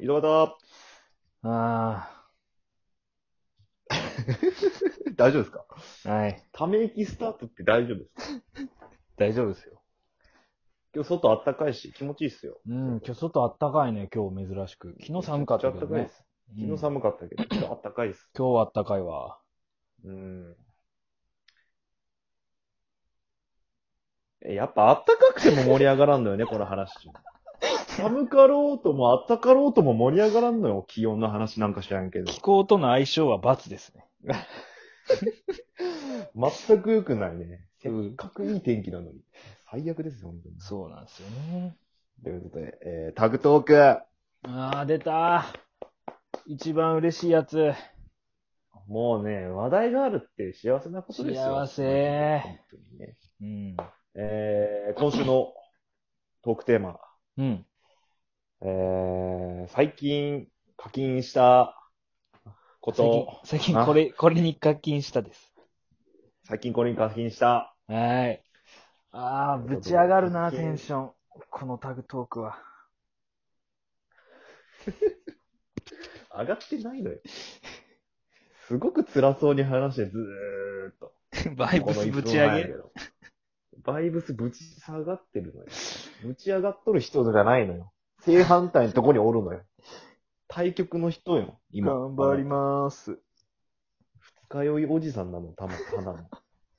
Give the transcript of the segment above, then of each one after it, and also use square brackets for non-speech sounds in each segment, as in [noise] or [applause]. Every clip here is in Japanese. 井戸端あ大丈夫ですかあ、はい。ため息スタートって大丈夫ですか大丈夫ですよ。今日外あったかいし、気持ちいいっすよ。うん、今日外あったかいね、今日珍しく。昨日寒かったけどめちゃくちゃあったかいでね。す。昨日寒かったけど、今日あったかいっす。今日はあったかいわ。うん。えやっぱあったかくても盛り上がらんのよ [laughs] ね、この話。寒かろうともあったかろうとも盛り上がらんのよ、気温の話なんか知らんけど。気候との相性は罰ですね。全く良くないね。せうっんかくいい天気なのに。最悪ですよ、本当に。そうなんですよね。ということで、えー、タグトーク。ああ、出た。一番嬉しいやつ。もうね、話題があるって幸せなことですよ。幸せ本当にね。うん。えー、今週のトークテーマ。うん。えー、最近課金したこ最近と。、最近これ、これに課金したです。最近これに課金した。はーい。ああ、ぶち上がるな、テンション。このタグトークは。上がってないのよ。すごく辛そうに話してずーっと。 [laughs] バイブスぶち上げ。バイブスぶち下がってるのよ。ぶち上がっとる人じゃないのよ。正反対のとこにおるのよ。対局の人よ、今。まーす。二日酔いおじさんなの、たま、ただの。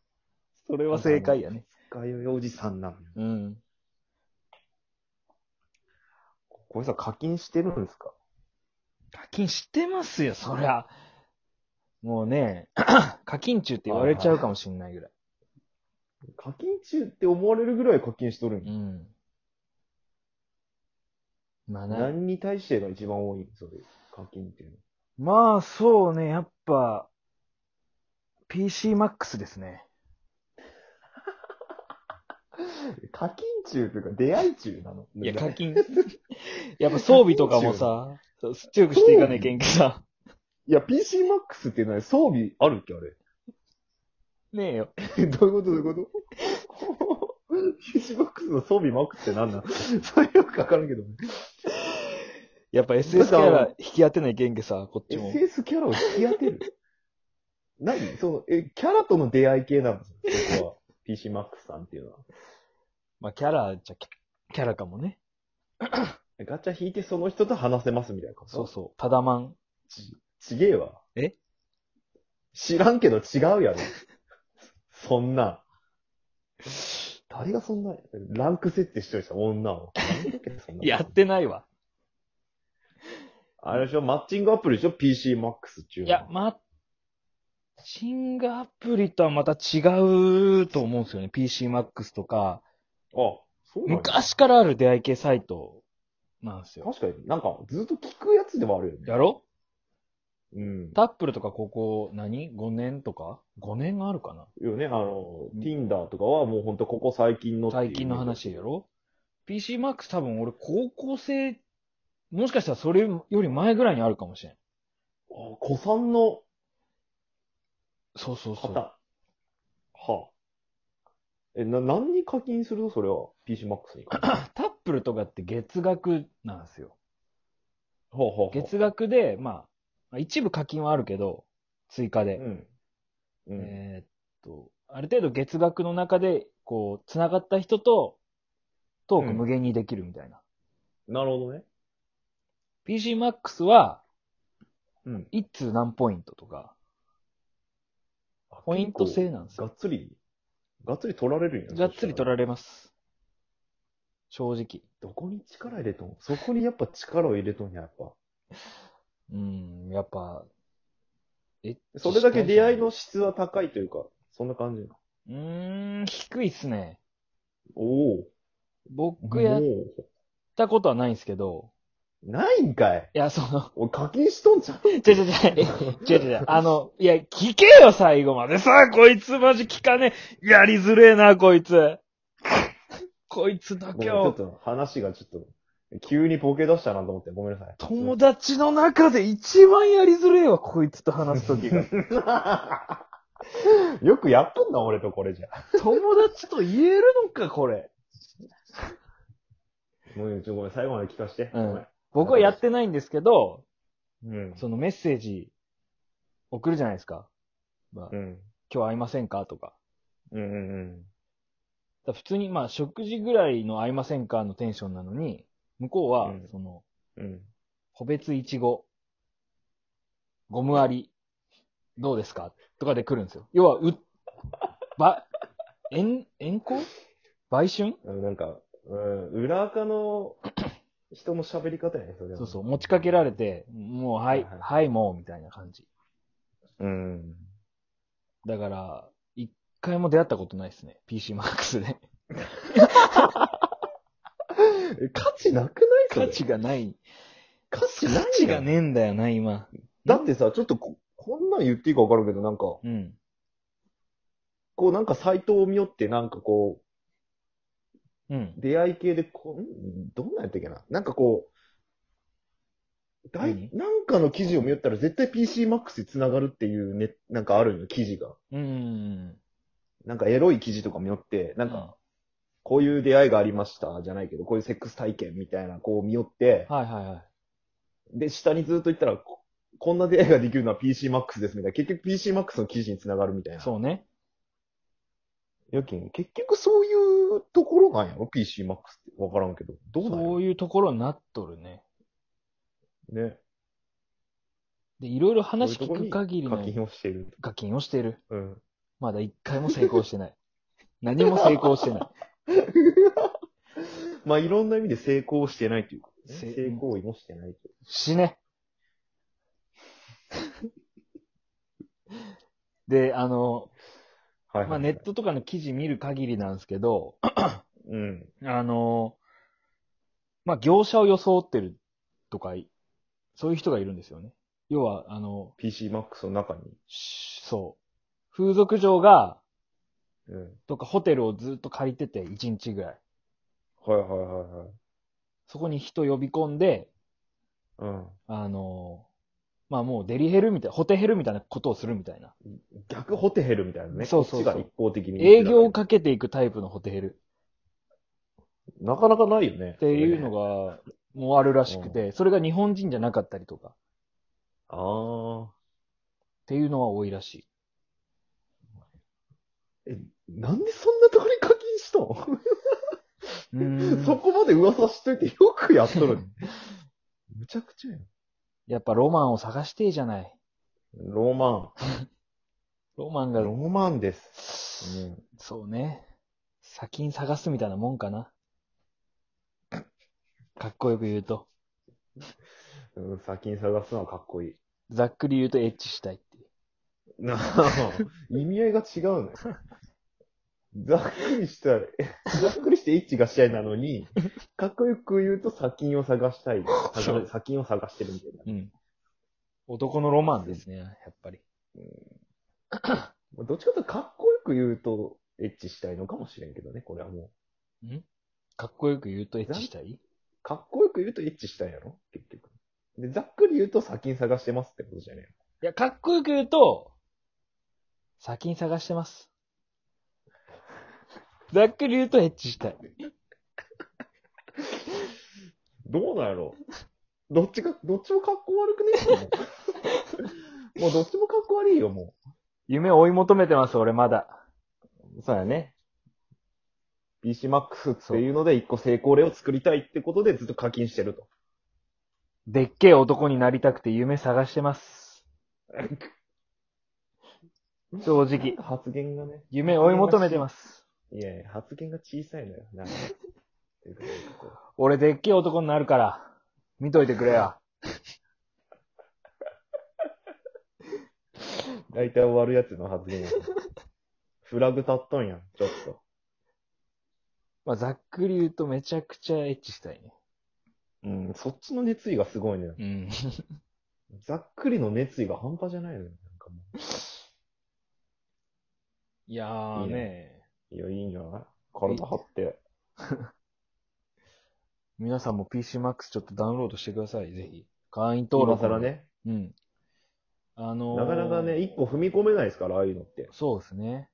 [laughs] それは正解やね。二日酔いおじさんなのよ。うん。これさ、課金してるんですか課金してますよ、そりゃ。もうね、 [clears throat] 課金中って言われちゃうかもしんないぐらい。課金中って思われるぐらい課金しとるんようん。まあな、何に対してが一番多いんそれ、課金っていうの。まあそうね、やっぱ、PCMAX ですね。課金中っていうか、出会い中なのいや、課金。 [laughs] やっぱ装備とかもさ、そう強くしていかなきゃいけんけどさ。いや、PCMAX っていうのは装備あるっけあれ。 [laughs] ねえよ。え [laughs] どういうことどういうこと ?PCBOX の装備マックスってなんなんそれよくわからんけどね。やっぱ SS キャラ引き当てないけんけさ、こっち [laughs] も。 SS キャラを引き当て [laughs] る何その、え、キャラとの出会い系なんですそこは。PCMAX [laughs] さんっていうのは。まあキャラじゃ、キャキャラかもね。ガチャ引いてその人と話せますみたいなこと。そうそう。タダマン。ちげえわ。え知らんけど違う [laughs] やろ。そんな。誰がそんな、ランク設定しといた女を。やってないわ。あれでしょマッチングアプリでしょ ?PCMAX っていういのはや、マッチングアプリとはまた違うと思うんですよね。PCMAX とか、あ、そうなんや昔からある出会い系サイトなんですよ。確かに、なんか、ずっと聞くやつではあるよね。やろうん。タップルとかここ何、?5 年とか ?5 年があるかなよね、あの、Tinder とかはもうほんとここ最近のっていう最近の。話やろ ?PCMAX 多分俺高校生、もしかしたらそれより前ぐらいにあるかもしれん。あ、子さんのそうそう方。そう。はあ。え、な、何に課金するのそれは。PCMAX [coughs] に課金。はタップルとかって月額なんですよ。あはあはあ月額で、まあまあ、一部課金はあるけど、追加で。うん。うん。えーっと、ある程度月額の中で、こう、繋がった人と、トーク無限にできるみたいな。なるほどね。 PCMAX は、うん。一通何ポイントとか、ポイント制なんですがよ。っつり、がっつり取られるんや。がっつり取れる。られます。正直。どこに力入れとんそこにやっぱ力を入れとんや、やっぱ。うん、やっぱ、えそれだけ出会いの。質は高いというか、そんな感じ。うーん、低いっすね。おお。僕やっもうたことはないんですけど、ないんかい。いや、その、お課金しとんじゃん。ちょちょちょ、え違う違う違う。あの、いや、聞けよ、最後まで。さあ、こいつマジ聞かねえ。やりづれえな、こいつ。こいつだごめんけちょっを、と話がちょっと、急にボケ出したなと思って、ごめんなさい。友達の中で一番やりづれえわ、こいつと話す [laughs] ときが。 [laughs] よくやっとんな、俺とこれじゃ。友達と言えるのか、これ。もうちょ、ごめん、最後まで聞かして。うんごめん僕はやってないんですけど、うん。そのメッセージ送るじゃないですか。まあ、うん。今日会いませんかとか。うんうんだから普通に、まあ、食事ぐらいの会いませんかのテンションなのに、向こうはうん、その、うん。うん。個別いちご、ゴムあり、どうですかとかで来るんですよ。要は、う、ば、えん、遠行売春あのなんか、うん、裏垢の人の喋り方やね、それはそうそう、持ちかけられて、もう、はいはいは、いはい、もう、みたいな感じ。うん。だから、一回も出会ったことないですね。PC マックスで。え価値なくないそれ価値がない。価値ない価値がねえんだよな、今。だってさ、ちょっとこ、こんなん言っていいかわかるけど、なんか、うん。こうなんかサイトを見よって、なんかこうんう、。出会い系でこう、んどんなんやったっけななんかこう、だい何なんかの記事を見よったら絶対 PCMAX に繋がるっていうね、なんかあるんよ、記事が。うん。なんかエロい記事とか見よって、ななんか、、こういう出会いがありました、じゃないけど、こういうセックス体験みたいな、こう見よって、はいはいはい。で、下にずっと言ったら、ここんな出会いができるのは PCMAX ですみたいな。結局 PCMAX の記事に繋がるみたいな。そうね。やけん、結局そういうところなんやろ ?PCMAX って。わからんけど。どうなんやそろういうところになっとるね。ね。で、いろいろ話そういうと聞こにく限り課の金をしてる。課金をしてる。うん。まだ一回も成功してない。何も成功してない。 [laughs] まあ、いろんな意味で成功してないというか、ね。せ性行為もしてないという死ね。で、あの、か。はまあ、ネッ。トとかの記事見る限りなんですけど、うん。あの、まあ、業者を装ってるとか、そういう人がいるんですよね。要は、あの、 PCMAX の中に。しそう。風俗嬢が、うん。とかホテルをずっと借りてて、1日ぐらい。はいはいはいはい。そこに人呼び込んで、うん。あの、まあもうデリヘルみたいな、ホテヘルみたいなことをするみたいな。逆ホテヘルみたいなね。そうそうそうこっちが一方的に。営業をかけていくタイプのホテヘルなかなかないよね。っていうのが。が、もうあるらしくて、それが日本人じゃなかったりとか、っああ。ていうのは多いらしい。え、なんでそんなところに課金したのうー [laughs] んそこまで噂しといてよくやっと [laughs] る。むちゃくちゃやん。やっぱロマンを探してえじゃない。ロマロマンン。がロマンです。うん。そうね。先に探すみたいなもんかな。かっこよく言うと。うん、先に探すのはかっこいい。ざっくり言うとエッチしたいっていう。なあ、意味合いが違うね。ざっくりしたら、ざっくりしてエッチがしたいなのに、かっこよく言うと砂金を探したい。そう探砂金を探してるみたいな。うん。男のロマンですね、やっぱり。まあどっちかというとかっこよく言うとエッチしたいのかもしれんけどね、これはもう。んかっこよく言うとエッチしたいかっこよく言うとエッチしたいやろ結局。で、ざっくり言うと砂金探してますってことじゃねいや、かっこよく言うと、先に探して [laughs] ます。ざっくり言うとエッチしたい。どうなんやろどっちか、どっちもかっこ悪くねえもうどっちもかっこ悪いよ、も夢を追い求めてます、俺まだ。う。そうやね。BCMAX っていうので一個成功例を作りたいってことでずっと課金してると。でっけえ男になりたくて夢探して [laughs] ます。正直。発言がね。夢追い求めてます。いやいや、発言が小さいのよ。なんか [laughs] ということでこう俺でっけえ男になるから、見といてくれよ。大体終わるやつの発言や。フラグ立っとんやん、ちょっと。 [laughs] まあ、ざっくり言うとめちゃくちゃエッチしたいね。うん、そっちの熱意がすごいね。うん。ざっくりの熱意が半端じゃないのよ。なんかも [laughs] いやーいいねねういや、いいんじゃない体張って。皆さんも PCMAX ちょっとダウンロードしてください、ぜひ。会員登今録。更。ね。うん。あのー、なかなかね、一個踏み込めないですから、ああいうのって。そうですね。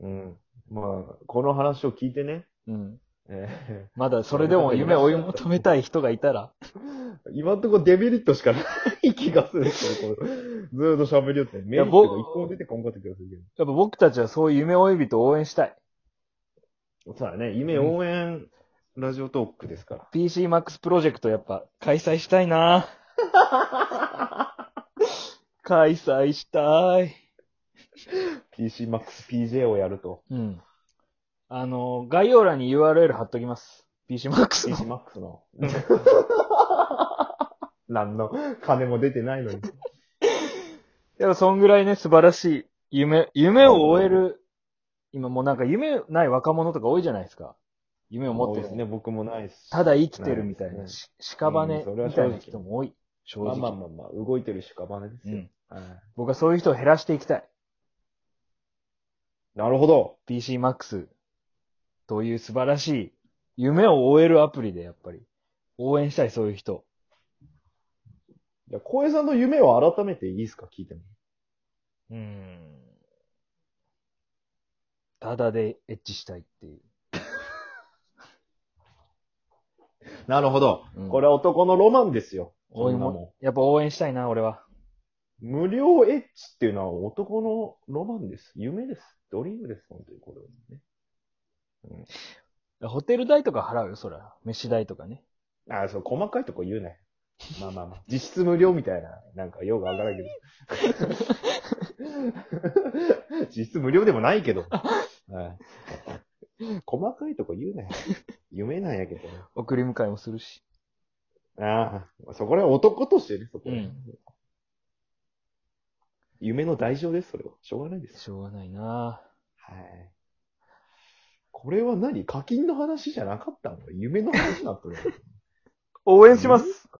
うん。まあ、この話を聞いてね、うん。えまだそれでも夢を追い求めたい人がいたら、ー今んとこデメリットしかない気がするけど、これずーっと喋りよって。メリットが一個も出てこんかった気がするやっぱ僕たちはそういう夢追い人を応援したい。けど。そうだね、夢応援ラジオトークですから。 PCMAX プロジェクトやっぱ開催したいな開催したい。 PCMAXPJ をやると。うん。あの、概要欄に URL 貼っときます。PCMAX の。 PCMAX の。 [laughs] 何の金も出てないのに。やっぱそんぐらいね、素晴らしい夢、夢を終える、今もうなんか夢ない若者とか多いじゃないですか。夢を持ってでる、すね、僕もないし。ただ生きてるみたいな、ねし屍うんそれはみ正た直いな人も多い。正まあ直。まあまあまあ、動いてる屍ですうよ。ん。はい僕はそういう人を減らしていきたい。なるほど。 PCMAX という素晴らしい夢を終えるアプリでやっぱり応援したいそういう人。じゃあ、光栄さんの夢を改めていいですか聞いても。うん。ただでエッチしたいっていう。なるほど。うんこれは男のロマンですよ。応こ援んなもも。やっぱ応援したいな、俺は。ん無料エッチっていうのは男のロマンです。夢です。ドリームです。本当にこれはね。ホテル代とか払うよ、そら。飯代とかね。ああ、そう、細かいとこ言うね。まあまあまあ。実質無料みたいな、なんか用が上がらないけど。実 [laughs] 質無料でもないけど。はい、細かいとこ言うね。夢なんやけどね。送り迎えもするし。ああ、そこら辺男としてね、そこら辺、うん夢の代償です、それは。しょうがないです。しょうがないなはい。これは何課金の話じゃなかったの夢の話になったの応援します